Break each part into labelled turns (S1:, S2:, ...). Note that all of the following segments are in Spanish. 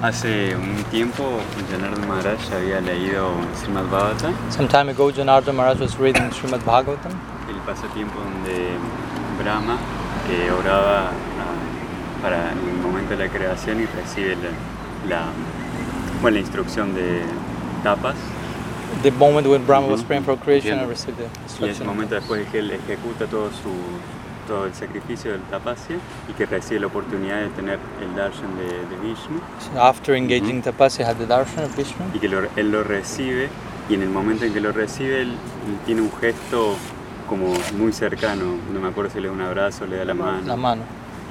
S1: Hace un tiempo Janardhan Maharaj había leído Srimad Bhagavatam,
S2: Some time ago, Janardhan Maharaj was reading Srimad Bhagavatam,
S1: el pasatiempo donde Brahma eh, oraba ah, para el momento de la creación y recibe la, la- bueno, la instrucción de tapas
S2: the moment when Brahma was praying for creation
S1: Entiendo.
S2: and received the
S1: y es el
S2: instruction.
S1: momento después de que él ejecuta todo su todo el sacrificio del tapasya y que recibe la oportunidad de tener el darshan de, de Vishnu
S2: So after engaging tapasya, had the darshan of Vishnu.
S1: y que lo- él lo recibe y en el momento en que lo recibe él, él tiene un gesto como muy cercano, no me acuerdo si le da un abrazo, le da la
S2: La
S1: mano.
S2: mano.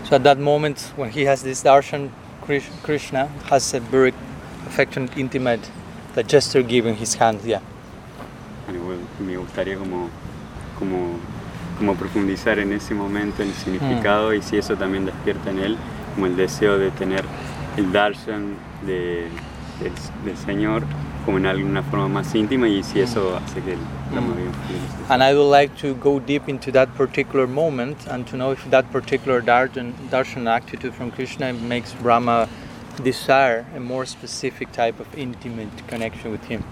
S2: So at that moment, when he has this darshan, Krish- Krishna has a very affectionate, intimate, the gesture given his hand. Yeah.
S1: Bueno, igual Me gustaría como, como, como profundizar en ese momento el significado y si eso también despierta en él como el deseo de tener el darshan de- del, del Señor como en alguna forma más íntima y si eso hace que él la movida.
S2: And I would like to go deep into that particular moment and to know if that particular darshan, darshan attitude from Krishna makes Brahma desire a more specific type of intimate connection with him.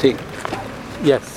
S2: Mm-hmm.
S3: Sí.
S2: Yes.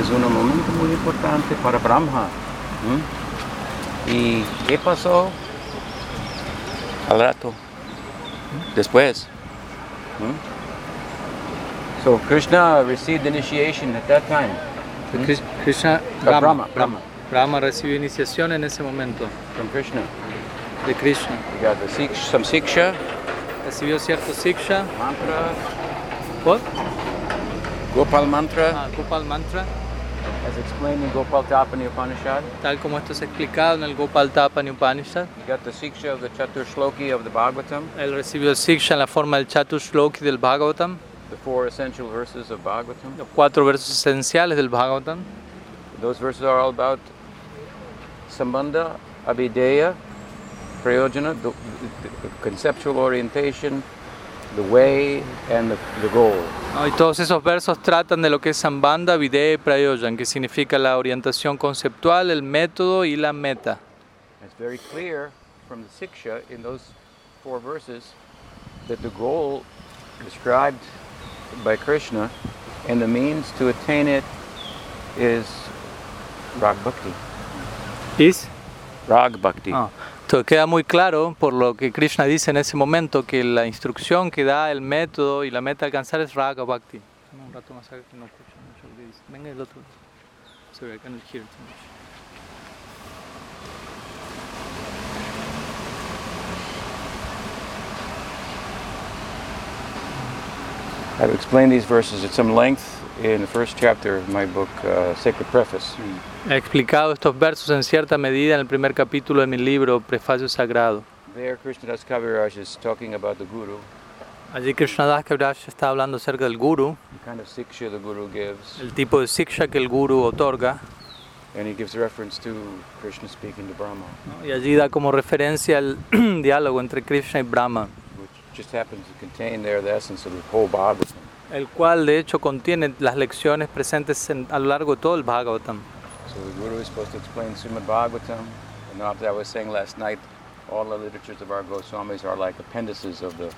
S3: es un momento muy importante para Brahma ¿m? y qué pasó al rato después ¿m? So Krishna received initiation at that time.
S2: So Kris- Krishna
S3: Brahma,
S2: Mm. Ah, Brahma,
S3: Brahma.
S2: Brahma recibió iniciación en ese momento
S3: From Krishna.
S2: de Krishna.
S3: We got the Sikh, some Siksha,
S2: Recibió cierto siksha,
S3: mantra,
S2: what?
S3: Gopal mantra,
S2: Ah, Gopal mantra,
S3: as explained in Gopal Tapani Upanishad.
S2: tal como esto es explicado en el Gopal Tapani Upanishad.
S3: We got the Siksha of the Chatur Shloki of the Bhagavatam,
S2: Él recibió siksha en la forma del Chatushloki del Bhagavatam,
S3: the four essential verses of Bhagavatam.
S2: los cuatro versos esenciales del Bhagavatam.
S3: Those verses are all about Sambandha, Abideya, Prayojana, the, the conceptual orientation, the way, and the, the goal.
S2: ¿no? Ah, Y todos esos versos tratan de lo que es Sambandha, Videya y Prayojan, que significa la orientación conceptual, el método y la meta.
S3: It's very clear from the Siksha in those four verses that the goal described by Krishna and the means to attain it is Rag Bhakti.
S2: ¿Is?
S3: Rag Bhakti.
S2: Ah, Entonces queda muy claro por lo que Krishna dice en ese momento que la instrucción que da el método y la meta a alcanzar es Raga Bhakti. Un rato más acá que no escucho mucho lo que dice. Venga el otro. Sorry, I cannot hear too much.
S3: I've explained these verses at some length in the first chapter of my book, uh, Sacred Preface.
S2: He explicado estos versos en cierta medida en el primer capítulo de mi libro Prefacio Sagrado.
S3: There, Krishnadas Kaviraj is talking about the Guru,
S2: Allí Krishnadas Kaviraj está hablando acerca del Guru,
S3: the kind of Siksha the Guru gives,
S2: el tipo de siksha que el Guru otorga.
S3: and he gives reference to Krishna speaking to Brahma,
S2: ¿no? Y allí da como referencia el diálogo entre Krishna y Brahma.
S3: which just happens to contain there the essence of the whole Bhagavatam.
S2: el cual de hecho contiene las lecciones presentes en- a lo largo de todo el Bhagavatam.
S3: So the Guru is supposed to explain Srimad Bhagavatam, and after I was saying last night, all the literatures of our Goswamis are like appendices of the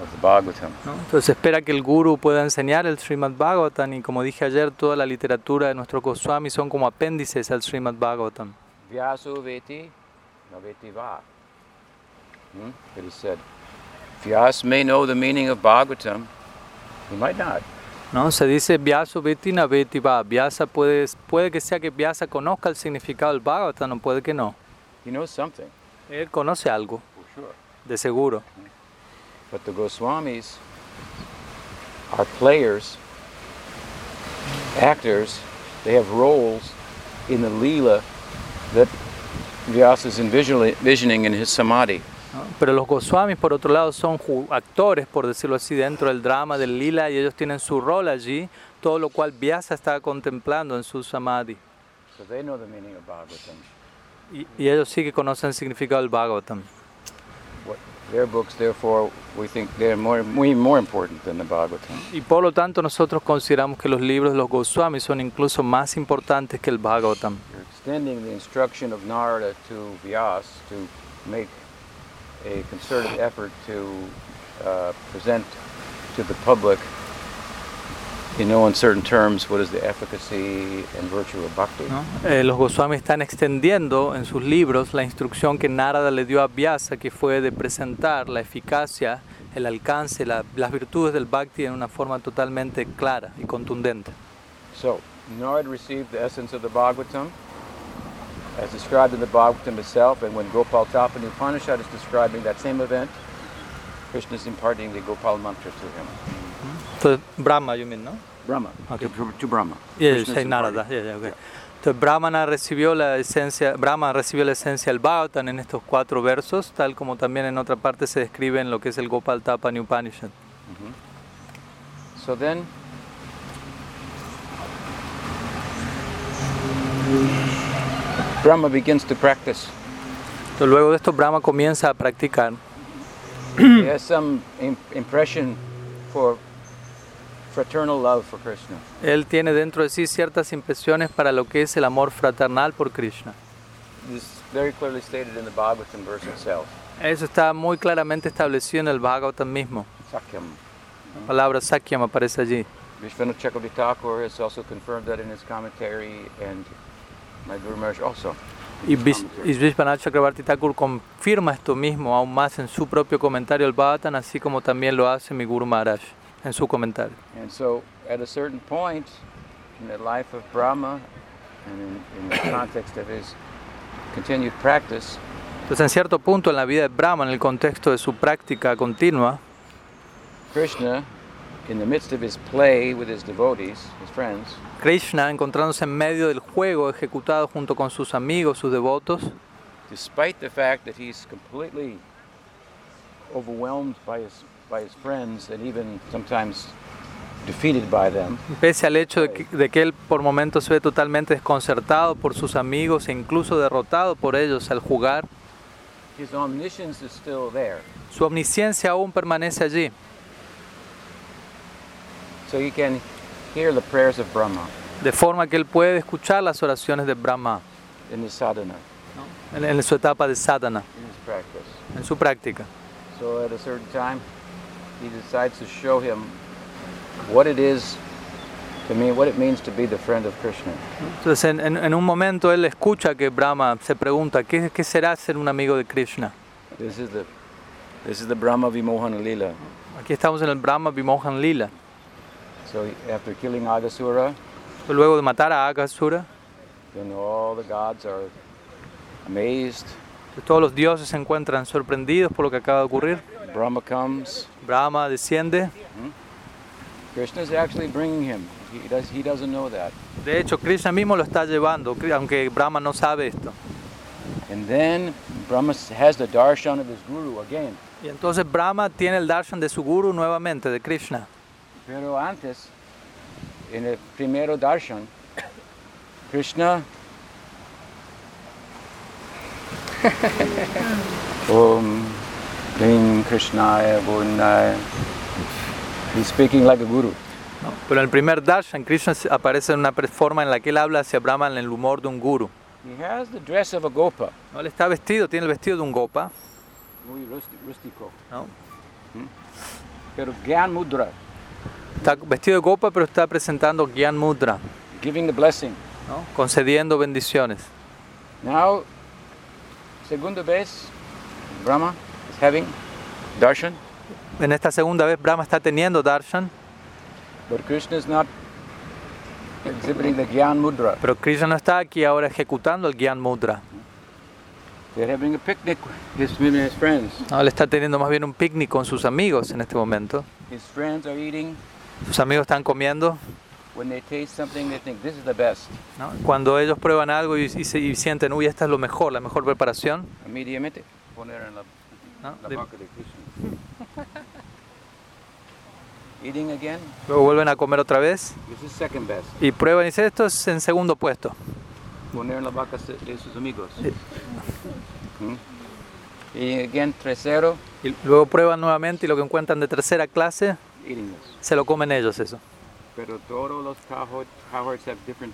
S3: of the Bhagavatam.
S2: ¿no? Entonces espera que el Guru pueda enseñar el Srimad Bhagavatam y como dije ayer, toda la literatura de nuestro Goswami son como apéndices al Srimad Bhagavatam.
S3: Vyasu veti, na veti va. Hmm? But he said, Vyas may know the meaning of Bhagavatam, he might not.
S2: ¿no? Se dice Vyasa Viti na Viti va. Vyasa puede, puede que sea que Vyasa conozca el significado del Bhagavatam, no puede que no.
S3: He knows something,
S2: Él conoce algo,
S3: for sure.
S2: de seguro.
S3: But the Goswamis are players, actors, they have roles in the Leela that Vyasa is envisioning envisioning in his Samadhi.
S2: ¿no? Pero los Goswamis, por otro lado, son ju- actores, por decirlo así, dentro del drama del lila y ellos tienen su rol allí, todo lo cual Vyasa está contemplando en su samadhi.
S3: So they know the meaning of Bhagavatam.
S2: Y, y ellos sí que conocen el significado del Bhagavatam.
S3: What, their books, therefore, we think they're more, way more important than the Bhagavatam.
S2: Y por lo tanto nosotros consideramos que los libros de los Goswamis son incluso más importantes que el Bhagavatam.
S3: You're extending the instruction of Narada to Vyas to make a concerted effort to uh, present to the public, in no uncertain terms, what is the efficacy and virtue of bhakti.
S2: ¿no? Eh, los Goswamis están extendiendo en sus libros la instrucción que Narada le dio a Vyasa, que fue de presentar la eficacia, el alcance, la- las virtudes del bhakti en una forma totalmente clara y contundente.
S3: So, Narada received the essence of the Bhagavatam, as described in the Bhagavatam itself, and when Gopal Tapa in the Upanishad is describing that same event, Krishna is imparting the Gopal mantra to him.
S2: Entonces, Brahma, you mean, ¿no?
S3: Brahma,
S2: Okay.
S3: to, to Brahma.
S2: Yeah, you
S3: Krishna's
S2: say
S3: imparting.
S2: Narada. yeah, yeah, okay. Entonces, Brahmana recibió la esencia, Brahma recibió la esencia del Bhagavatam en estos cuatro versos, tal como también en otra parte se describe en lo que es el Gopal Tapa en Upanishad.
S3: So then, Brahma begins to practice.
S2: Entonces, luego de esto, Brahma comienza a practicar.
S3: he has some im- impression for fraternal love for Krishna.
S2: Él tiene dentro de sí ciertas impresiones para lo que es el amor fraternal por Krishna.
S3: This is very clearly stated in the Bhagavatam verse itself.
S2: Eso está muy claramente establecido en el Bhagavatam mismo.
S3: Sakyam.
S2: La palabra Sakyam aparece allí.
S3: Vishwanath Chakravarti Thakur has also confirmed that in his commentary, and my Guru Maharaj also.
S2: Y Vish- y Vishwanath Chakrabarti Thakur confirma esto mismo aún más en su propio comentario al Bhagavatam, así como también lo hace mi Guru Maharaj en su comentario.
S3: And so, at a certain point in the life of Brahma, and in, in the context of his continued practice,
S2: Entonces, en cierto punto en la vida de Brahma, en el contexto de su práctica continua,
S3: Krishna, in the midst of his play with his devotees, his friends,
S2: Krishna, encontrándose en medio del juego ejecutado junto con sus amigos, sus devotos,
S3: despite the fact that he's completely overwhelmed by his, by his friends and even sometimes defeated by them,
S2: Pese al hecho de que, de que él por momentos se ve totalmente desconcertado por sus amigos e incluso derrotado por ellos al jugar,
S3: his omniscience is still there.
S2: su omnisciencia aún permanece allí.
S3: So he can hear the prayers of Brahma
S2: De forma que él puede escuchar las oraciones de Brahma
S3: in his sadhana,
S2: en, en su etapa de sadhana,
S3: in his practice.
S2: en su práctica.
S3: So at a certain time, he decides to show him what it is to me, what it means to be the friend of Krishna.
S2: Entonces en, en- en un momento él escucha que Brahma se pregunta, ¿qué, qué será ser un amigo de Krishna?
S3: This is the this is the Brahma Vimohana Lila.
S2: Aquí estamos en el Brahma Vimohan Lila.
S3: So he- after killing Agasura,
S2: Luego de matar a Akasura,
S3: then all the gods are amazed.
S2: todos los dioses se encuentran sorprendidos por lo que acaba de ocurrir.
S3: Brahma comes.
S2: Brahma desciende
S3: Krishna is actually bringing him. He does he doesn't know that.
S2: De hecho, Krishna mismo lo está llevando, Kri- aunque Brahma no sabe esto.
S3: And then Brahma s- has the darshan of his guru again.
S2: Y entonces Brahma tiene el darshan de su guru nuevamente, de Krishna.
S3: Pero antes, en el primero darshan, Krishna. Om Ling Krishnaya Gurnaya. He's speaking like a guru.
S2: ¿no? Pero en el primer darshan, Krishna se- aparece en una pre- forma en la que él habla hacia Brahma en el humor de un guru.
S3: He has the dress of a gopa.
S2: ¿no? Él está vestido, tiene el vestido de un gopa.
S3: Muy rústico.
S2: ¿no?
S3: Pero Gyan Mudra,
S2: Está vestido de gopa, pero está presentando Gyan Mudra,
S3: giving the blessing.
S2: ¿no? concediendo bendiciones.
S3: Now, segunda vez, Brahma is having darshan,
S2: En esta segunda vez Brahma está teniendo darshan,
S3: but Krishna is not exhibiting the Gyan Mudra.
S2: pero Krishna no está aquí ahora ejecutando el Gyan Mudra.
S3: They're having a picnic with his, with his friends.
S2: No, él está teniendo más bien un picnic con sus amigos en este momento.
S3: His friends are eating.
S2: Sus amigos están comiendo.
S3: When they taste something, they think this is the best.
S2: ¿no? Cuando ellos prueban algo y, y se- y sienten, uy, esta es lo mejor, la mejor preparación.
S3: Immediatamente poner en la,
S2: ¿no?
S3: la
S2: De-
S3: boca de Krishna. eating again,
S2: luego vuelven a comer otra vez
S3: this is second best.
S2: y prueban y dicen, esto es en segundo puesto.
S3: Poner en la boca se- de sus amigos. Hmm? Eating again, tercero,
S2: Y luego prueban nuevamente y lo que encuentran de tercera clase,
S3: eating this.
S2: se lo comen ellos eso.
S3: Pero todos los cohort- cohorts have different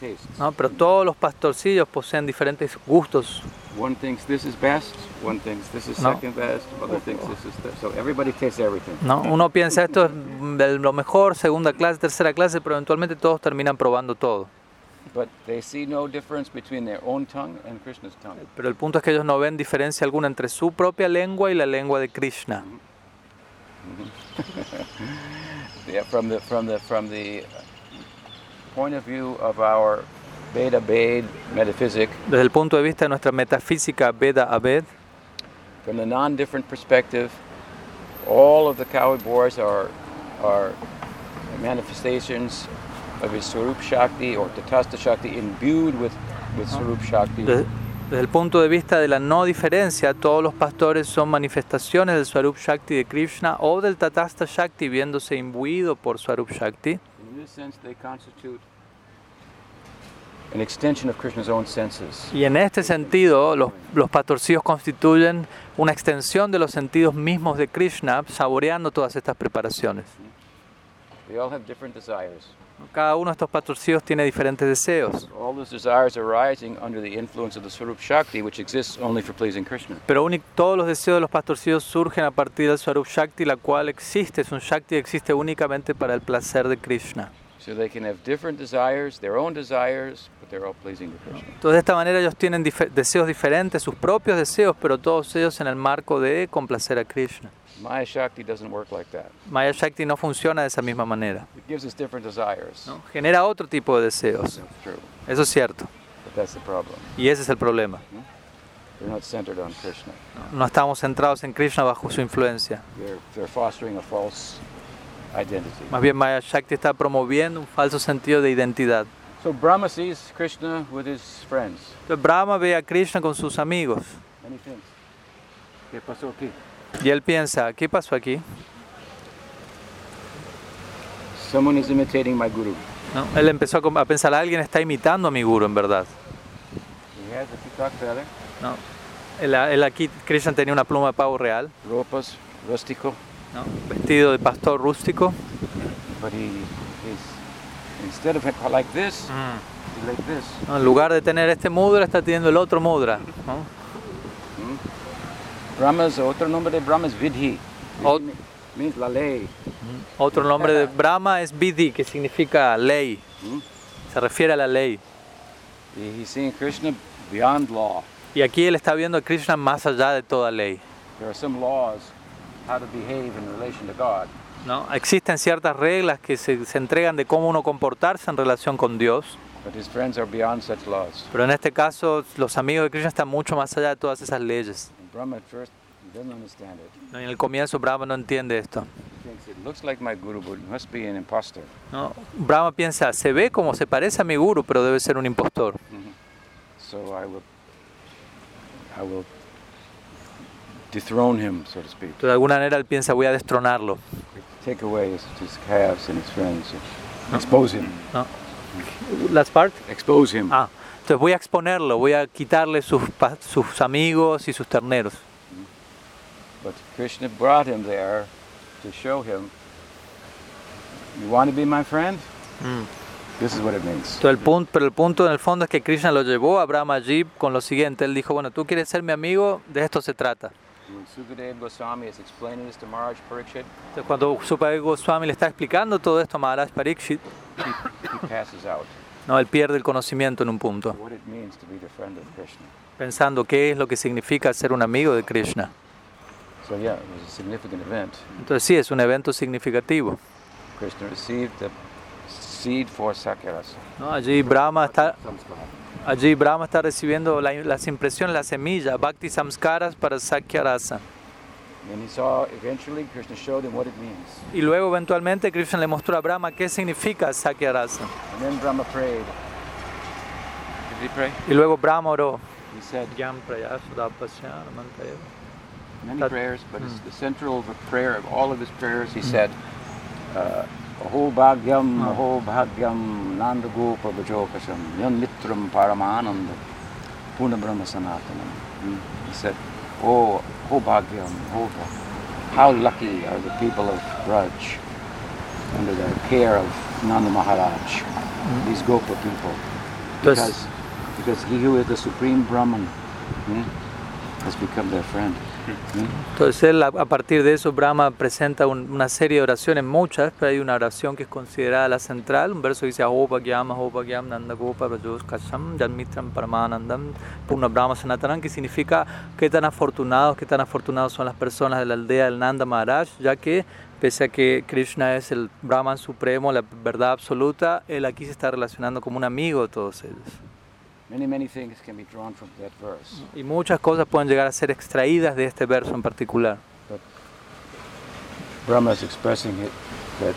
S3: tastes.
S2: ¿no? Pero todos los pastorcillos poseen diferentes gustos.
S3: One thinks this is best, one thinks this is
S2: No.
S3: second best, other thinks this is th- So everybody tastes everything.
S2: ¿no? Uno piensa esto es de lo mejor, segunda clase, tercera clase, pero eventualmente todos terminan probando todo.
S3: But they see no difference between their own tongue and Krishna's tongue.
S2: Pero el punto es que ellos no ven diferencia alguna entre su propia lengua y la lengua de Krishna.
S3: Yeah, from the from the from the point of view of our Veda Bed metaphysic,
S2: Desde el punto de vista de nuestra metafísica Veda Abed,
S3: from the non-different perspective, all of the coward boars are are manifestations of his Sarup Shakti or Tatasta Shakti imbued with with Sarup Shakti.
S2: de- desde el punto de vista de la no diferencia, todos los pastores son manifestaciones del Swarup Shakti de Krishna o del Tatasta Shakti viéndose imbuido por Swarup Shakti.
S3: In this sense, they constitute an extension of Krishna's own senses.
S2: Y en este sentido, los, los pastorcillos constituyen una extensión de los sentidos mismos de Krishna, saboreando todas estas preparaciones.
S3: They all have different desires.
S2: Cada uno de estos pastorcillos tiene diferentes deseos,
S3: All those desires arising under the influence of the Swarup Shakti, which exists only for pleasing Krishna.
S2: pero uni- todos los deseos de los pastorcillos surgen a partir del Swarup Shakti, la cual existe, es un Shakti que existe únicamente para el placer de Krishna.
S3: So they can have different desires, their own desires, but they're all pleasing to Krishna.
S2: Entonces, de esta manera ellos tienen dife- deseos diferentes, sus propios deseos, pero todos ellos en el marco de complacer a Krishna.
S3: Maya Shakti doesn't work like that.
S2: Maya Shakti no funciona de esa misma manera.
S3: It gives us different desires.
S2: ¿no? Genera otro tipo de deseos,
S3: That's true,
S2: eso es cierto.
S3: but that's the problem.
S2: Y ese es el problema.
S3: They're not centered on Krishna.
S2: No estamos centrados en Krishna bajo su influencia.
S3: They're, they're fostering a false identity.
S2: Más bien Maya Shakti está promoviendo un falso sentido de identidad.
S3: So Brahma sees Krishna with his friends.
S2: Entonces, Brahma ve a Krishna con sus amigos
S3: And he thinks, ¿qué pasó aquí?
S2: y él piensa, ¿qué pasó aquí?
S3: Someone is imitating my guru.
S2: ¿No? Él empezó a com- a pensar, alguien está imitando a mi guru en verdad.
S3: He has a peacock feather,
S2: ¿No? Él, él aquí, Krishna tenía una pluma de pavo real,
S3: ropas, rustico,
S2: ¿no? vestido de pastor rústico.
S3: but he is, instead of it like this, he like this.
S2: ¿no? En lugar de tener este mudra, está teniendo el otro mudra. ¿no?
S3: Brahma's, otro nombre de Brahma es Vidhi.
S2: Ot-
S3: Vidhi me- means la ley.
S2: Otro nombre de Brahma es Vidhi, que significa ley.
S3: Mm.
S2: Se refiere a la ley.
S3: He- He's seeing Krishna beyond law.
S2: Y aquí él está viendo a Krishna más allá de toda ley.
S3: There are some laws how to behave in relation to God.
S2: ¿no? Existen ciertas reglas que se, se entregan de cómo uno comportarse en relación con Dios,
S3: But his friends are beyond such laws.
S2: pero en este caso los amigos de Krishna están mucho más allá de todas esas leyes.
S3: And Brahma at first he doesn't understand it.
S2: ¿no? Y en el comienzo Brahma no entiende esto.
S3: He thinks it looks like my guru, but it must be an imposter.
S2: ¿no? Brahma piensa, se ve como se parece a mi guru, pero debe ser un impostor.
S3: So I will, I will dethrone him, so to speak.
S2: Entonces, de alguna manera él piensa, voy a destronarlo.
S3: Take away his, his calves and his friends. Expose him.
S2: ¿no? Last part.
S3: Expose him.
S2: Ah, entonces voy a exponerlo, voy a quitarle sus, pa- sus amigos y sus terneros.
S3: But Krishna brought him there to show him. You want to be my friend? This is what it means.
S2: Entonces, el punto, pero el punto en el fondo es que Krishna lo llevó a Brahma allí con lo siguiente. Él dijo, bueno, tú quieres ser mi amigo, de esto se trata.
S3: When Sukadeva Goswami is explaining this to Maharaj Parikshit,
S2: Entonces, cuando Supadev Goswami le está explicando todo esto a Maharaj Parikshit,
S3: he passes out.
S2: No, él pierde el conocimiento en un punto,
S3: what it means to be the friend of Krishna.
S2: pensando qué es lo que significa ser un amigo de Krishna.
S3: So yeah, it was a significant event.
S2: Entonces sí, es un evento significativo.
S3: Krishna received the seed for Sakyarasa.
S2: ¿no? Allí, Brahma está, allí Brahma está recibiendo la- las impresiones, la semilla, Bhakti Samskaras para Sakya Rasa.
S3: And he saw eventually Krishna showed him what it means.
S2: Y luego eventualmente Krishna le mostró a Brahma qué significa Sakya Rasa.
S3: And then Brahma prayed. Did he pray?
S2: Y luego Brahma oró.
S3: He said
S2: Yam praya sudapasya namantaya.
S3: many
S2: That-
S3: prayers, but it's the central of a prayer of all of his prayers. He said, uh, "Aho bhagyam, aho bhagyam, nanda gopa vajokasham, yan mitram paramananda, puna brahma sanatanam." Hmm. He said, "Oh, aho bhagyam, aho bhagyam. How lucky are the people of Braj under the care of Nanda Maharaj, these gopa people,
S2: Does-
S3: because because he who is the supreme Brahman." hmm, Has become their friend. Hmm?
S2: Entonces él, a- a partir de eso, Brahma presenta un- una serie de oraciones, muchas, pero hay una oración que es considerada la central. Un verso dice, Ahopa Gyam, Ahopa Gyam, Nanda Gopa, Rajos Kasham, Janmitram Paramanandam, Purna Brahma Sanataram, que significa qué tan afortunados, qué tan afortunados son las personas de la aldea del Nanda Maharaj, ya que pese a que Krishna es el Brahman supremo, la verdad absoluta, él aquí se está relacionando como un amigo de todos ellos.
S3: Many, many things can be drawn from that verse.
S2: Y muchas cosas pueden llegar a ser extraídas de este verso en particular.
S3: Brahma is expressing it, that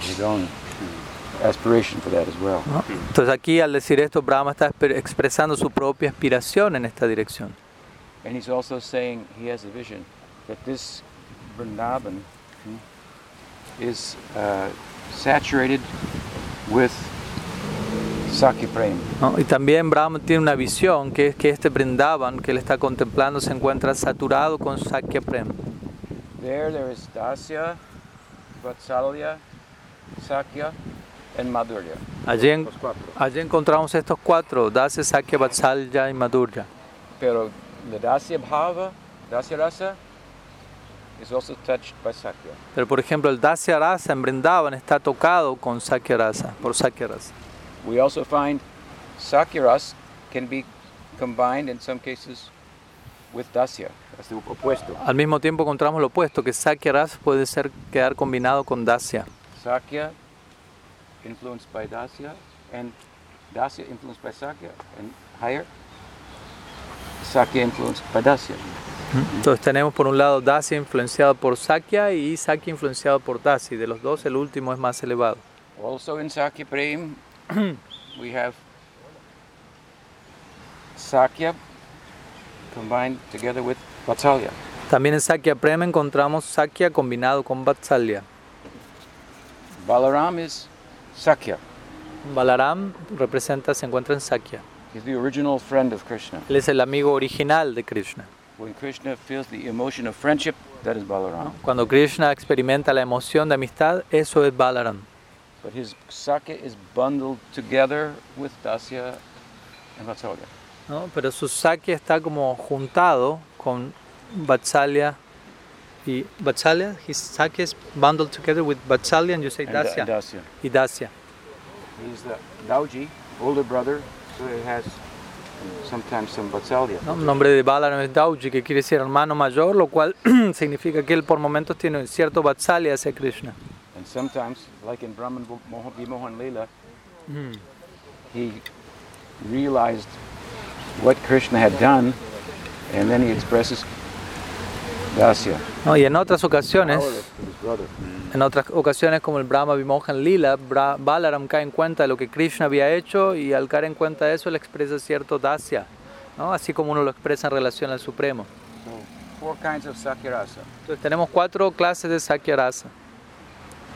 S3: his own aspiration for that as well.
S2: ¿no? Entonces aquí al decir esto, Brahma está espe- expresando su propia aspiración en esta dirección.
S3: And he's also saying he has a vision that this Vrindavan hmm, is uh, saturated with Sakya Prem.
S2: ¿no? Y también Brahma tiene una visión que es que este Brindavan que él está contemplando se encuentra saturado con Sakya Prem.
S3: There, there is Dasya, Vatsalya, Sakya, and Madhurya.
S2: Allí, en- allí encontramos estos cuatro, Dasya, Sakya, Vatsalya y Madhurya.
S3: Pero the Dasya Bhava, Dasya Rasa, is also touched by Sakya.
S2: Pero por ejemplo el Dasya Rasa en Brindavan está tocado con Sakya Rasa, por Sakya Rasa.
S3: We also find sakiras can be combined in some cases with dasya. That's the opuesto.
S2: Al mismo tiempo encontramos lo opuesto, que Sakya Rasa puede ser, quedar combinado con Dasya.
S3: Sakya influenced by dasya and dasya influenced by sakya and higher sakya influenced by dasya.
S2: Entonces tenemos por un lado Dasya influenciado por Sakya y Sakya influenciado por Dasya. De los dos, el último es más elevado.
S3: Also in sakya prem we have sakya combined together with vatsalya.
S2: También en Sakya Prema encontramos Sakya combinado con Vatsalya.
S3: Balaram is sakya.
S2: Balaram representa, se encuentra en Sakya.
S3: He's the original friend of Krishna.
S2: Él es el amigo original de Krishna.
S3: When Krishna feels the emotion of friendship, that is Balaram.
S2: Cuando Krishna experimenta la emoción de amistad, eso es Balaram.
S3: But his sakya is bundled together with dasya and vatsalya.
S2: ¿no? Pero su Sakya está como juntado con Vatsalya. Y Vatsalya, his Sakya is bundled together with Vatsalya and you say
S3: And da-
S2: Dasya.
S3: dasya.
S2: Y Dasya.
S3: He's the Dauji, older brother, so he has sometimes some vatsalya.
S2: ¿no? El nombre de Balaram es Dauji, que quiere decir hermano mayor, lo cual significa que él por momentos tiene un cierto vatsalya hacia Krishna.
S3: And sometimes, like in Brahman Vo- Mohan- Vimohan Leela, Hmm. he realized what Krishna had done, and then he expresses dasya.
S2: ¿no? Y en otras ocasiones,
S3: powerless to his brother.
S2: en otras ocasiones como el Brahma Vimohan Lila, Bra- Balaram cae en cuenta de lo que Krishna había hecho y al caer en cuenta de eso él expresa cierto dasya, ¿no? así como uno lo expresa en relación al Supremo.
S3: So, four kinds of sakya rasa.
S2: Entonces tenemos cuatro clases de Sakya rasa.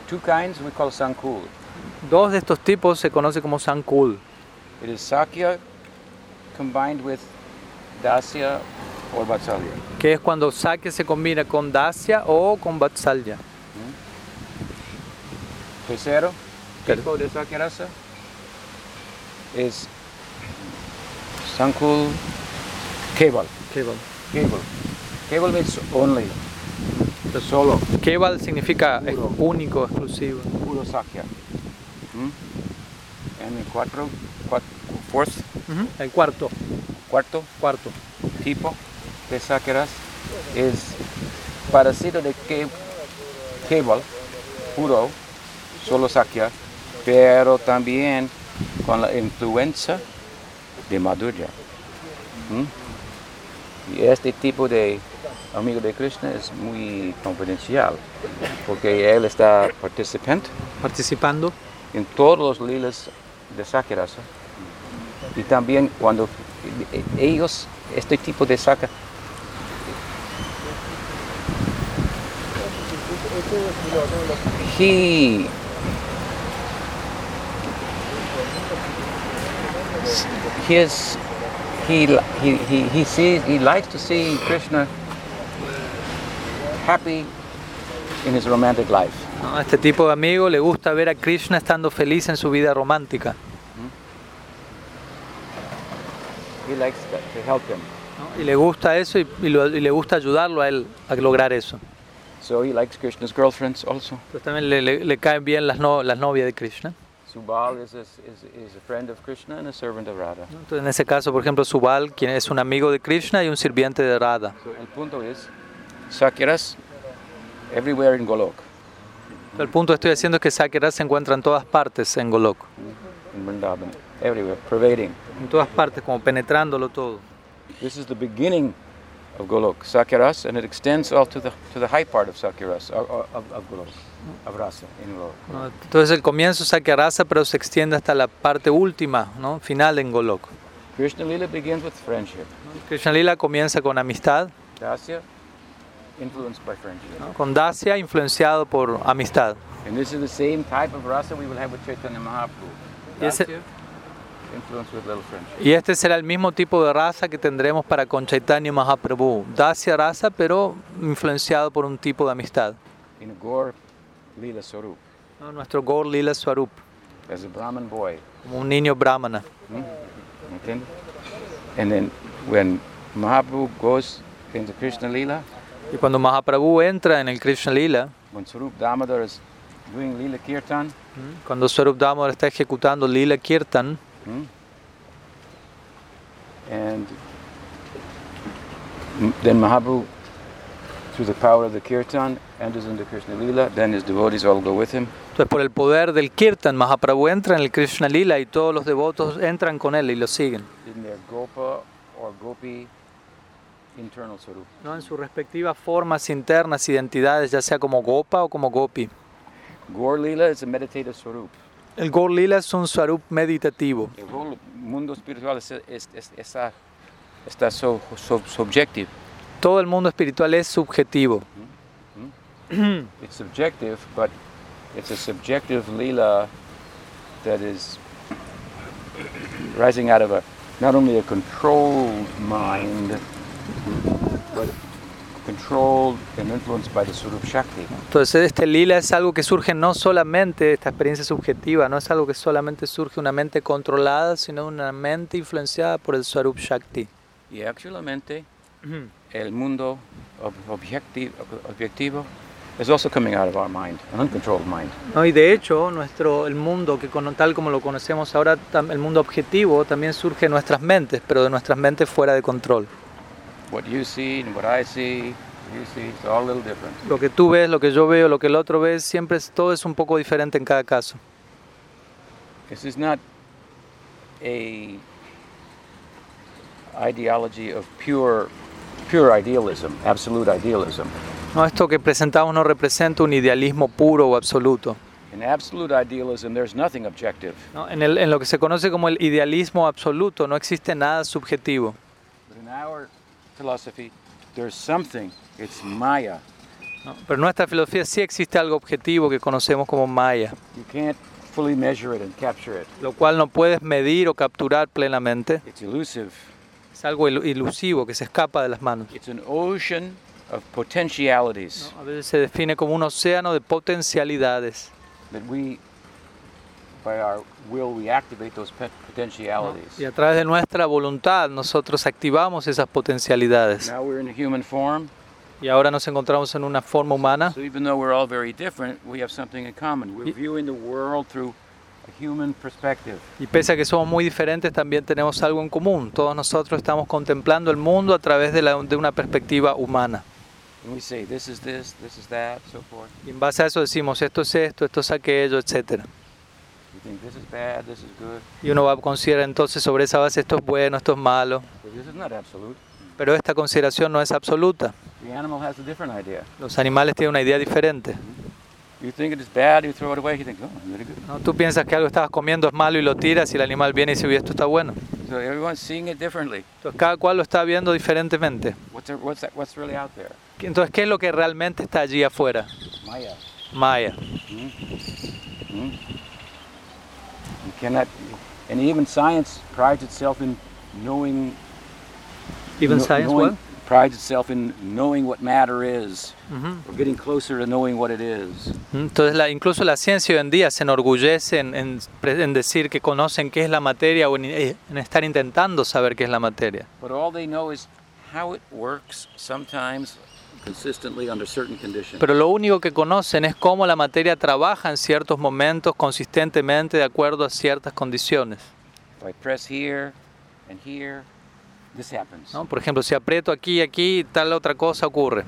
S3: Two kinds we call sankul.
S2: Dos de estos tipos se conoce como Sankul.
S3: It is sakya combined with dasya or vatsalya.
S2: que es cuando Sakya se combina con Dasya o con Vatsalya.
S3: Tercero,
S2: Ter-
S3: tipo de sakya rasa is sankul keval. Keval. Keval means only. The solo.
S2: Keval significa ex-
S3: Puro.
S2: único, exclusivo.
S3: Puro sakya. Hmm? en el cuatro, cuatro fourth,
S2: Ujú, El cuarto,
S3: cuarto
S2: cuarto.
S3: tipo de chakras es parecido de que Keval, puro, solo Sakya, pero también con la influencia de Madhurya. ¿Mm? Y este tipo de amigo de Krishna es muy confidencial, porque él está participante
S2: Participando.
S3: en todos los lilas de Sakirasa. Y también cuando e- ellos, este tipo de saca, he his he, li- he, he, he sees he likes to see Krishna happy in his romantic life.
S2: ¿no? A este tipo de amigo le gusta ver a Krishna estando feliz en su vida romántica.
S3: He likes to to help him.
S2: ¿no? Y le gusta eso y, y lo- y le gusta ayudarlo a él a lograr eso.
S3: So he likes Krishna's girlfriends also.
S2: Entonces también le, le- le caen bien las, no- las novias de Krishna.
S3: Subal is a, is, is a friend of Krishna and a servant of Radha.
S2: ¿no? Entonces en ese caso, por ejemplo, Subal, quien es un amigo de Krishna y un sirviente de Radha.
S3: So el punto is, Sakiras everywhere in Golok,
S2: El punto que estoy haciendo es que Sakira se encuentra en todas partes en Golok.
S3: in Vrindavan, everywhere, pervading.
S2: En todas partes, como penetrándolo todo.
S3: This is the beginning of Golok, Sakiras, and it extends all to the, to the high part of Sakiras, of, of, of Golok, of Rasa, in Golok.
S2: ¿no? Entonces el comienzo es Sakirasa, pero se extiende hasta la parte última, ¿no? final en Golok.
S3: Krishna Lila begins with friendship.
S2: Krishna Lila comienza con amistad,
S3: Dasya, influenced by friendship.
S2: ¿no? con Dacia influenciado por amistad.
S3: And this is the same type of Rasa we will have with Chaitanya Mahaprabhu.
S2: Yes, it-
S3: Dasya, influenced with little friendship.
S2: Y este será el mismo tipo de raza que tendremos para con Chaitanya Mahaprabhu. Dacia raza, pero influenciado por un tipo de amistad.
S3: In Gaur Lila Sarup.
S2: ¿no? Nuestro Gaur Lila Swarup,
S3: as a Brahmin boy.
S2: como un niño brahmana.
S3: Okay? And then when Mahaprabhu goes into Krishna Lila,
S2: Y cuando Mahaprabhu entra en el Krishna Lila,
S3: when Sarup Damodar is doing Lila Kirtan,
S2: Cuando Swarup Damodar está ejecutando Lila Kirtan,
S3: hmm, and then Mahaprabhu, through the power of the Kirtan, enters into Krishna Lila, then his devotees all go with him.
S2: entonces por el poder del Kirtan, Mahaprabhu entra en el Krishna Lila y todos los devotos entran con él y lo siguen.
S3: In their Gopa or Gopi internal Sarup.
S2: ¿no? En sus respectivas formas internas, identidades, ya sea como Gopa o como Gopi.
S3: Gaur Lila is a meditative Sarup.
S2: El Gaur Lila es un Swarup meditativo.
S3: El whole mundo espiritual es, es- es- está- está so, so, subjective.
S2: Todo el mundo espiritual es subjetivo.
S3: It's subjective, but it's a subjective lila that is rising out of a not only a controlled mind, but controlled and influenced by the Surup Shakti.
S2: Entonces este Lila es algo que surge no solamente de esta experiencia subjetiva, no es algo que solamente surge una mente controlada, sino una mente influenciada por el Swarup Shakti.
S3: Y actualmente el mundo ob- objecti- ob- objectivo is also coming out of our mind, an uncontrolled mind.
S2: No, y de hecho, nuestro, el mundo que cono- tal como lo conocemos ahora, tam- el mundo objetivo, también surge en nuestras mentes, pero de nuestras mentes fuera de control.
S3: What you see and what I see, you see, it's all a little different.
S2: Lo que tú ves, lo que yo veo, lo que el otro ve, siempre es, todo es un poco diferente en cada caso.
S3: This is not a ideology of pure pure idealism, absolute idealism.
S2: No, esto que presentamos no representa un idealismo puro o absoluto.
S3: In absolute idealism, there's nothing objective.
S2: ¿no? En, el- en lo que se conoce como el idealismo absoluto no existe nada subjetivo.
S3: But in our philosophy, there's something. It's Maya.
S2: ¿no? Pero en nuestra filosofía sí existe algo objetivo que conocemos como Maya,
S3: You can't fully measure it and capture it.
S2: lo cual no puedes medir o capturar plenamente.
S3: It's elusive.
S2: Es algo ilu- ilusivo que se escapa de las manos.
S3: It's an ocean of potentialities
S2: A veces se define como un océano de potencialidades.
S3: that we, by our will, we activate those pe- potentialities.
S2: Y a través de nuestra voluntad nosotros activamos esas potencialidades.
S3: Now we're in human form.
S2: Y ahora nos encontramos en una forma humana.
S3: So even though we're all very different, we have something in common. We're viewing the world through a human perspective.
S2: Y pese a que somos muy diferentes, también tenemos algo en común. Todos nosotros estamos contemplando el mundo a través de, la- de una perspectiva humana.
S3: And we say, this is this, this is that, so forth.
S2: Y en base a eso decimos, esto es esto, esto es aquello, etc.
S3: We think this is bad, this is good.
S2: Y uno va a considerar entonces sobre esa base, esto es bueno, esto es malo.
S3: But this is not absolute.
S2: Pero esta consideración no es absoluta.
S3: The animal has a different idea.
S2: Los animales tienen una idea diferente.
S3: You think it is bad, you throw it away, you think, oh, I'm really good.
S2: ¿no? Tú piensas que algo estabas comiendo es malo y lo tiras y el animal viene y dice, "Uy, esto está bueno.
S3: So everyone's seeing it differently.
S2: Entonces cada cual lo está viendo diferentemente.
S3: What's, there, what's, that, what's really out there?
S2: Entonces, ¿qué es lo que realmente está allí afuera?
S3: Maya.
S2: Maya.
S3: Hmm? Hmm? You cannot, and even science prides itself in knowing.
S2: Even
S3: kno-
S2: science
S3: knowing-
S2: what?
S3: Prides itself in knowing what matter is,
S2: Ujú.
S3: or getting closer to knowing what it is.
S2: Entonces, la- incluso la ciencia hoy en día se enorgullece en, en pre- en decir que conocen qué es la materia o en, eh, en estar intentando saber qué es la materia.
S3: But all they know is how it works sometimes consistently under certain conditions.
S2: Pero lo único que conocen es cómo la materia trabaja en ciertos momentos consistentemente de acuerdo a ciertas condiciones.
S3: if I press here and here, this happens.
S2: ¿no? Por ejemplo, si aprieto aquí, aquí, tal otra cosa ocurre.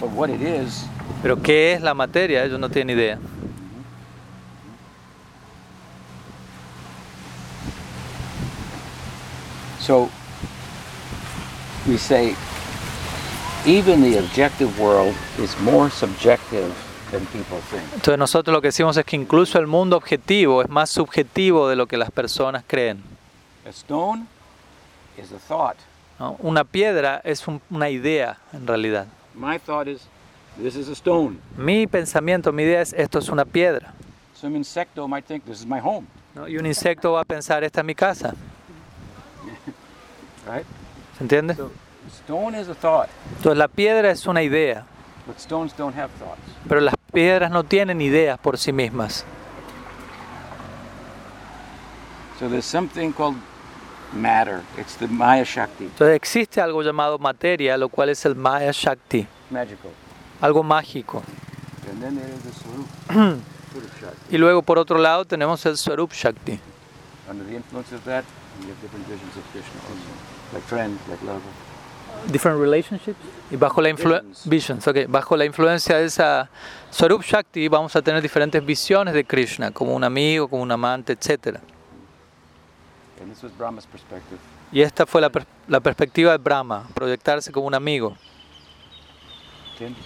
S3: But what it is,
S2: Pero ¿qué es la materia? Ellos no tienen idea.
S3: so we say even the objective world is more subjective than people think.
S2: Entonces nosotros lo que decimos es que incluso el mundo objetivo es más subjetivo de lo que las personas creen.
S3: A stone is a thought.
S2: ¿no? Una piedra es un- una idea en realidad.
S3: My thought is this is a stone.
S2: Mi pensamiento, mi idea es esto es una piedra.
S3: Some insecto might think this is my home,
S2: ¿no? Y un insecto va a pensar esta es mi casa.
S3: right?
S2: ¿Se entiende?
S3: So stone is a thought,
S2: Entonces la piedra es una idea,
S3: but stones don't have thoughts.
S2: pero las piedras no tienen ideas por sí mismas.
S3: So there's something called matter. It's the Maya Shakti,
S2: Entonces existe algo llamado materia, lo cual es el Maya Shakti,
S3: magical.
S2: algo mágico.
S3: And then there is the Swarup, Swarup Shakti.
S2: Y luego por otro lado tenemos el Swarup Shakti.
S3: Under the influence of that, we have different visions of Krishna also, like friend, like lover.
S2: Different relationships. Y bajo la, influ-
S3: Visions.
S2: visions, ok. bajo la influencia de esa Swarup Shakti vamos a tener diferentes visiones de Krishna, como un amigo, como un amante, etc.
S3: And this was Brahma's perspective.
S2: Y esta fue la, per- la perspectiva de Brahma, proyectarse como un amigo.
S3: Entiendes?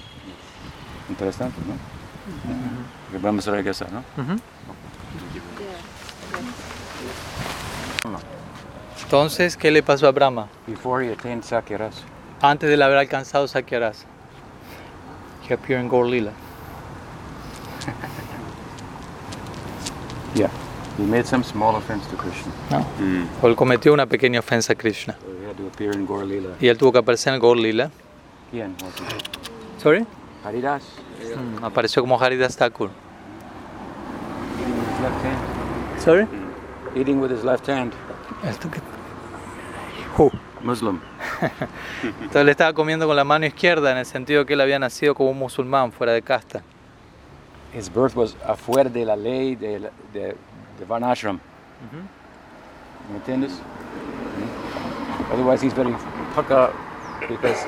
S3: Interesante, ¿no? Que Brahma se regresa, ¿no?
S2: Ujú. Entonces, ¿qué le pasó a Brahma
S3: Before he attained Sakiras,
S2: antes de haber alcanzado Sakyarasa? He appeared in Gorlila.
S3: yeah, he made some small offense to Krishna.
S2: ¿no?
S1: Mm.
S2: O él cometió una pequeña ofensa a Krishna.
S3: So he had to appear in Gorlila.
S2: Y él tuvo que aparecer en el Gorlila.
S3: Again, wasn't he?
S2: Sorry.
S3: Haridas,
S2: Mm, apareció como Haridas Thakur.
S3: eating with his left hand.
S2: Sorry.
S3: Eating with his left hand. Muslim.
S2: Entonces le estaba comiendo con la mano izquierda en el sentido que él había nacido como un musulmán fuera de casta.
S3: His birth was afuera de la ley de, la- de, de Varnashram. ¿Me entiendes? Hmm? Otherwise, he's very pucka because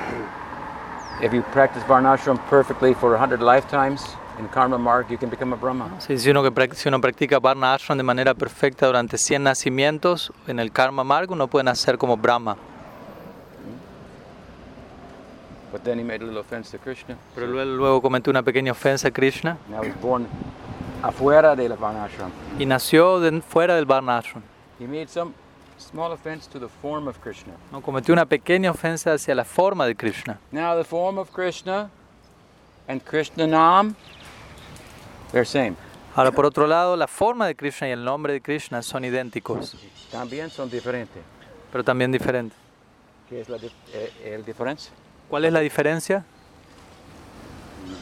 S3: if you practice Varnashram perfectly for 100 lifetimes in Karma Mark, you can become a Brahma.
S2: Sí, si, uno que prac- si uno practica Varna Ashram de manera perfecta durante 100 nacimientos, en el Karma Marg uno puede nacer como Brahma.
S3: But then he made a little offense to Krishna.
S2: Pero luego, luego cometió una pequeña ofensa a Krishna
S3: Now he's born afuera de la Varnashram.
S2: y nació de- fuera del Varna Ashram.
S3: He made some small offense to the form of Krishna.
S2: ¿no? Cometió una pequeña ofensa hacia la forma de Krishna.
S3: Now, the form of Krishna and Krishna Nam, they're same.
S2: Ahora, por otro lado, la forma de Krishna y el nombre de Krishna son idénticos,
S3: También son diferentes.
S2: pero también diferentes.
S3: ¿Qué es la dif- eh, el diferencia?
S2: ¿Cuál es la diferencia?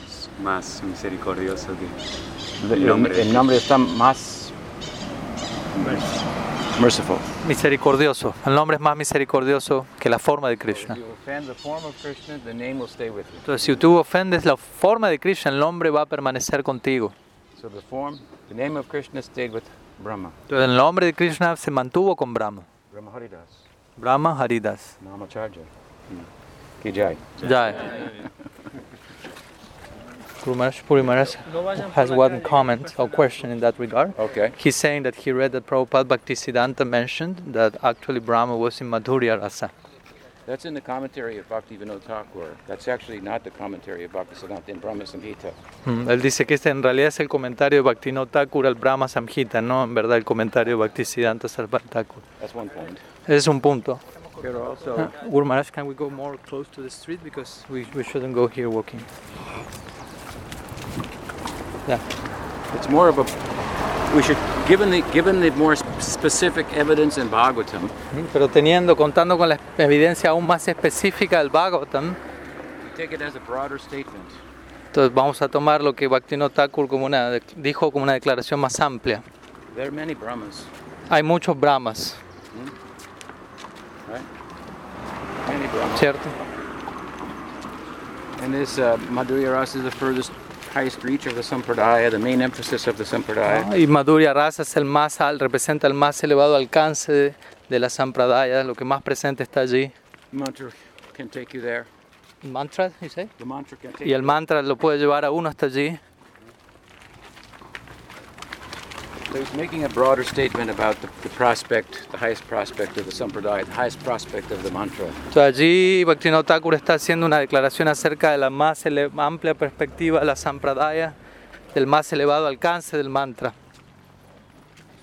S1: Es Mm. más misericordioso que
S3: El
S1: nombre.
S3: el nombre está más merciful.
S2: Misericordioso. El nombre es más misericordioso que la forma de Krishna.
S3: offend the form of Krishna, the name will stay with you.
S2: Entonces, si tú ofendes la forma de Krishna, el nombre va a permanecer contigo.
S3: So the form, the name of Krishna stayed with Brahma,
S2: Entonces el nombre de Krishna se mantuvo con Brahma.
S3: Brahma Haridas, Hmm.
S2: Brahma Haridas.
S3: Namacharya. Ki jai.
S2: Jai. Guru Maharaj Puri Maharaj has one comment or question in that regard.
S3: Okay.
S2: He's saying that he read that Prabhupada Bhaktisiddhanta mentioned that actually Brahma was in Madhurya Rasa.
S3: That's in the commentary of Bhakti Vinod Thakur. That's actually not the commentary of Bhaktisiddhanta in Brahma Samhita.
S2: Mm, Él dice que este en realidad es el comentario de Bhaktivinoda Thakur al Brahma Samhita, no en verdad el comentario de Bhaktisiddhanta Sarva Thakur.
S3: That's one point.
S2: Ese es un punto.
S3: Here also,
S2: Uh, Guru Maharaj, can we go more close to the street because we, we shouldn't go here walking.
S3: It's more of a. We should, given the given the more sp- specific evidence in Bhagavatam,
S2: Mm, Pero teniendo, contando con la evidencia aún más específica del Bhagavatam,
S3: we take it as a broader statement.
S2: entonces vamos a tomar lo que Bhaktivinoda Thakur como una, de- dijo como una declaración más amplia.
S3: There are many Brahmas,
S2: Hay muchos Brahmas,
S3: right? Many Brahmas.
S2: ¿cierto?
S3: And this uh, Madhurya Rasa is the furthest, highest reach of the Sampradaya, the main emphasis of the Sampradaya.
S2: ¿no? Y Madhurya Rasa es el más al, representa el más elevado alcance de, de la Sampradaya, lo que más presente está allí.
S3: Mantra can take you there.
S2: ¿Mantra? you say?
S3: The mantra can take
S2: Y el mantra lo puede llevar a uno hasta allí.
S3: So he's making a broader statement about the, the prospect, the highest prospect of the Sampradaya, the highest prospect of the mantra.
S2: Entonces allí Bhaktivinoda Thakur está haciendo una declaración acerca de la más ele- amplia perspectiva de la Sampradaya, del más elevado alcance del mantra.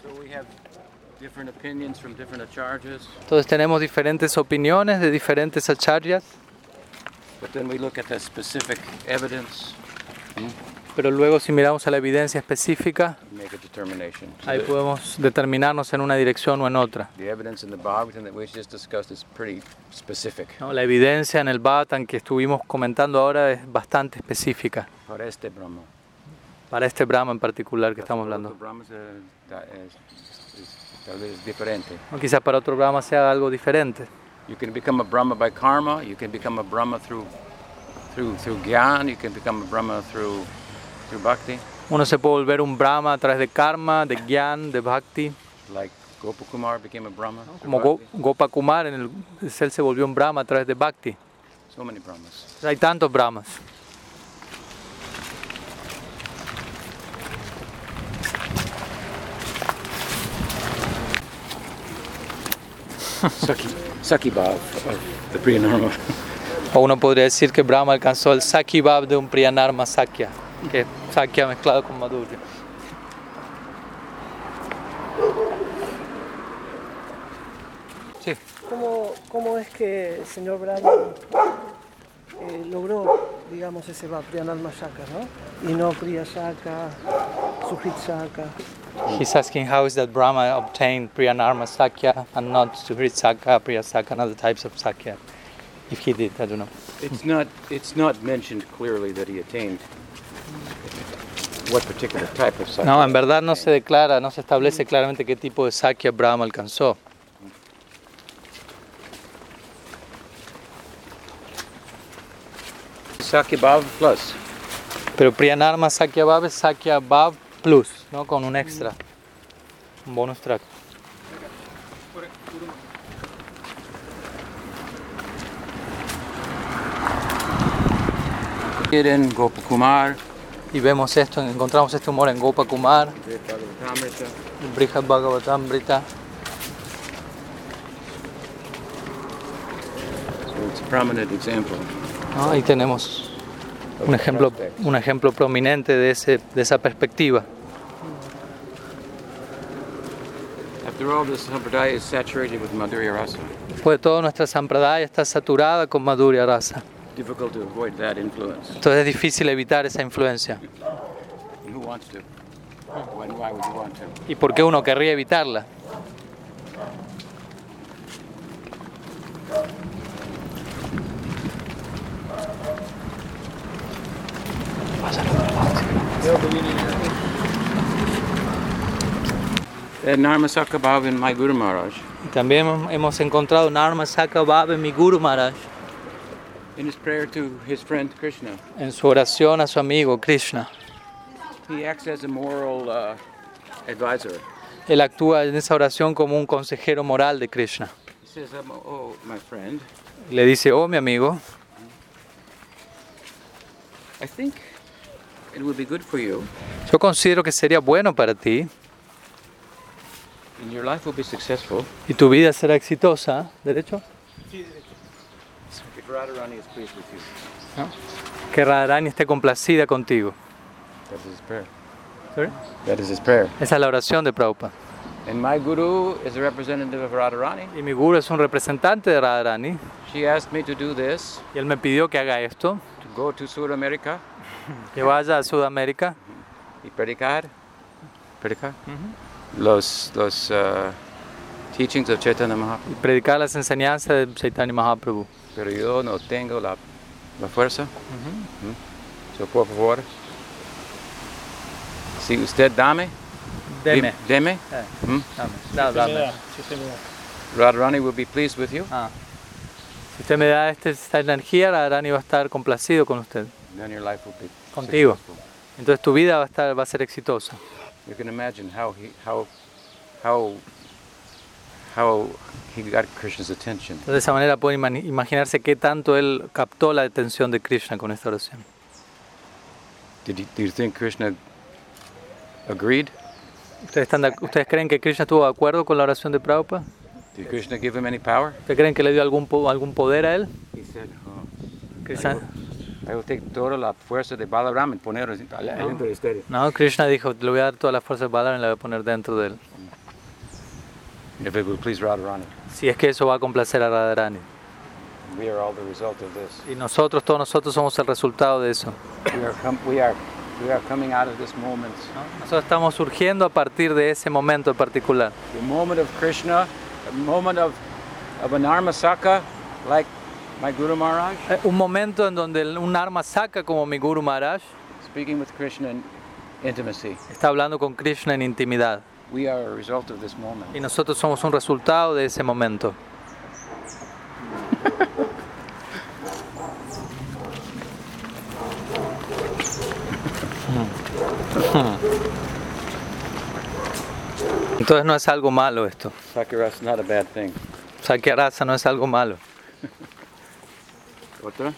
S3: So we have different opinions from different acharyas,
S2: Entonces tenemos diferentes opiniones de diferentes acharyas,
S3: but then we look at the specific evidence
S2: pero luego si miramos a la evidencia específica,
S3: and make a determination. So
S2: ahí
S3: the-
S2: podemos determinarnos en una dirección o en otra.
S3: The evidence in the Bhagavatam that we just discussed is pretty specific.
S2: No, La evidencia en el Bhatan que estuvimos comentando ahora es bastante específica
S3: Pareste Brahma.
S2: para este Brahma en particular que estamos hablando.
S3: Brahma es, eh, da- es- es- tal vez es diferente.
S2: O Quizás para otro Brahma sea algo diferente.
S3: You can become a Brahma by karma. You can become a Brahma through through through gyan. You can become a Brahma through through bhakti.
S2: Uno se puede volver un Brahma a través de karma, de gyan, de bhakti.
S3: Like Gopakumar became a Brahma. through
S2: Como Go-
S3: bhakti.
S2: Gopakumar, en el, él se volvió un Brahma a través de bhakti.
S3: So many Brahmas.
S2: Hay tantos Brahmas.
S3: Saki Saki Bhav of the Priyanarma.
S2: O uno podría decir que Brahma alcanzó el Saki Bhav de un Priyanarma Sakya, que es Sakya mezclado con Madhurya. Sí.
S4: ¿Cómo, cómo es que el señor Brahma eh, logró, digamos, ese Vapriyanalma Shaka, ¿no? Y no Priya Shaka, Sujit Shaka.
S2: He's asking how is that Brahma obtained Priyanarma Sakya and not Suhrit Sakya, Priya Sakya, and other types of Sakya. If he did, I don't know.
S3: It's not it's not mentioned clearly that he attained what particular type of Saki.
S2: No, en verdad no se declara, no se establece claramente qué tipo de Sakya Brahma alcanzó.
S3: Saki Bhav plus.
S2: Pero Priyanarma Sakya Bhav es Sakya Bhav Plus, ¿no? Con un extra, un bonus track.
S3: Kiran Gopakumar.
S2: Y vemos esto, encontramos este humor en Gopa Kumar, en Brihad Bhagavatamrita.
S3: So it's a prominent example.
S2: ¿no? Ahí tenemos un ejemplo, un ejemplo prominente de, ese, de esa perspectiva.
S3: After all, this sampradaya is saturated with Madhurya Rasa.
S2: Pues toda nuestra sampradaya está saturada con Madhurya Rasa.
S3: Difficult to avoid that influence.
S2: Entonces es difícil evitar esa influencia.
S3: And who wants to? When, why would you want to?
S2: ¿Y por qué uno querría evitarla?
S3: And Narmasaka Bhav in my Guru Maharaj,
S2: Y también hemos encontrado Narma Saka Bhave Miguru Maharaj
S3: in his prayer to his friend Krishna,
S2: en su oración a su amigo Krishna.
S3: he acts as a moral uh, advisor.
S2: Él actúa en esa oración como un consejero moral de Krishna.
S3: He says, um, "Oh, my friend,
S2: Le dice, oh mi amigo,
S3: I think it would be good for you,
S2: yo considero que sería bueno para ti
S3: and your life will be successful
S2: y tu vida será exitosa, ¿derecho?
S3: if Radharani is pleased with you."
S2: Que Radharani esté complacida contigo.
S3: That is his prayer.
S2: Sorry?
S3: That is his prayer.
S2: Esa es la oración de Prabhupada.
S3: And my guru is a representative of Radharani.
S2: Y mi guru es un representante de Radharani
S3: She asked me to do this,
S2: y él me pidió que haga esto,
S3: to go to South America,
S2: que vaya a Sudamérica
S3: y predicar, predicar Mm-hmm. los, los uh, teachings of Chaitanya Mahaprabhu.
S2: y predicar las enseñanzas de Chaitanya Mahaprabhu.
S3: Pero yo no tengo la, la fuerza. Mm. So, por favor, si usted dame,
S2: Deme.
S3: di- deme
S2: Eh,
S3: mm,
S2: dame. No, dame.
S3: Radharani will be pleased with you.
S2: Ah. Si usted me da este- esta energía, Radharani va a estar complacido con usted.
S3: Then your life will be
S2: Contigo.
S3: successful.
S2: Entonces tu vida va a, estar, va a ser exitosa.
S3: You can imagine how he, how, how, how he got Krishna's attention.
S2: Entonces, de esa manera pueden imani- imaginarse qué tanto él captó la atención de Krishna con esta oración.
S3: Did you, do you think Krishna agreed?
S2: ¿Ustedes, están de ac- ¿Ustedes creen que Krishna estuvo de acuerdo con la oración de Prabhupada?
S3: Did Krishna give him any power?
S2: ¿Ustedes creen que le dio algún, po- algún poder a él?
S3: He said, oh,
S2: Krishna-
S3: I will take toda la fuerza de Balaram y poneros dentro de ustedes.
S2: no, Krishna dijo, le voy a dar toda la fuerza de Balaram y la voy a poner dentro de él.
S3: If it will please Radharani.
S2: Si es que eso va a complacer a Radharani.
S3: We are all the result of this.
S2: Y nosotros, todos nosotros somos el resultado de eso.
S3: We are, com- we are, we are coming out of this moment.
S2: ¿no? Nosotros estamos surgiendo a partir de ese momento en particular.
S3: The moment of Krishna, the moment of, of Anarmasaka, like my Guru Maharaj,
S2: Eh, Un momento en donde el- un arma saca como mi Guru Maharaj
S3: speaking with Krishna in intimacy.
S2: está hablando con Krishna en intimidad.
S3: We are a result of this
S2: Y
S3: moment.
S2: nosotros somos un resultado de ese momento. Entonces no es algo malo esto.
S3: Sakura is not a bad thing.
S2: Sakyarasa no es algo malo.
S3: ¿Otra?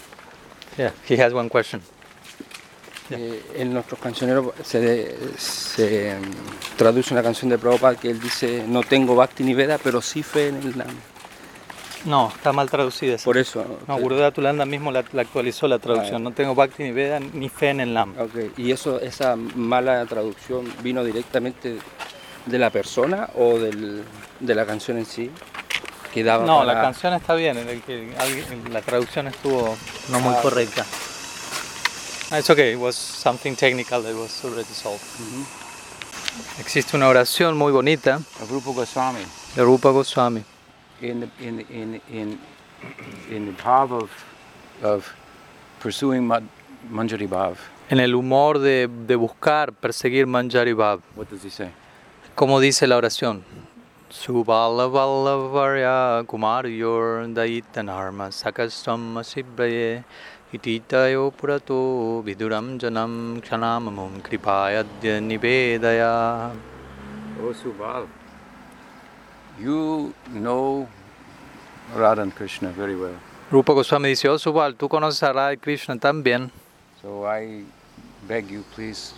S2: Yeah, he has one question.
S5: Eh, en nuestros cancioneros se, se, mm, traduce una canción de Prabhupada que él dice no tengo bhakti ni veda, pero sí fe en el Nam.
S2: No, está mal traducida. esa.
S5: Por eso.
S2: No,
S5: te-
S2: Gurudev Tulanda mismo la, la actualizó la traducción. No tengo bhakti ni veda ni fe en el Lam.
S5: Ok, ¿Y eso, esa mala traducción vino directamente de la persona o del- de la canción en sí? Que daba
S2: No, la
S5: para-
S2: canción está bien, en el que alguien- la traducción estuvo no muy correcta. Ah, It's okay, it was something technical that was already solved. Existe una oración muy bonita
S3: Of Rupa Goswami.
S2: de Rupa Goswami.
S3: in the, in the, in in in the bhav of of pursuing mad, manjari bhav.
S2: En el humor de, de buscar, perseguir Manjari Bhab.
S3: What does he say?
S2: ¿Cómo dice la oración? Subalavalavaria kumaryor daitanarma sakastam sibraye ititayo purato viduram janam kshanamamum kripayadya nivedaya.
S3: Oh Subal, you know Radha and Krishna very well.
S2: Rupa Goswami dice, oh Subal, tú conoces a Radha y Krishna también.
S3: So I beg you, please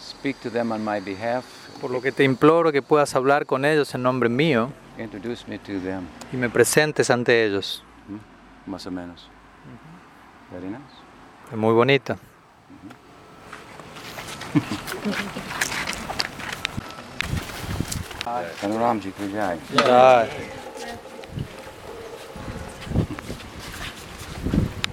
S3: speak to them on my behalf.
S2: Por lo que te imploro que puedas hablar con ellos en nombre mío
S3: Introduce me to them,
S2: y me presentes ante ellos.
S3: más o menos. Very nice.
S2: Es muy bonita.
S3: And Ramji Kujai.
S2: Jai.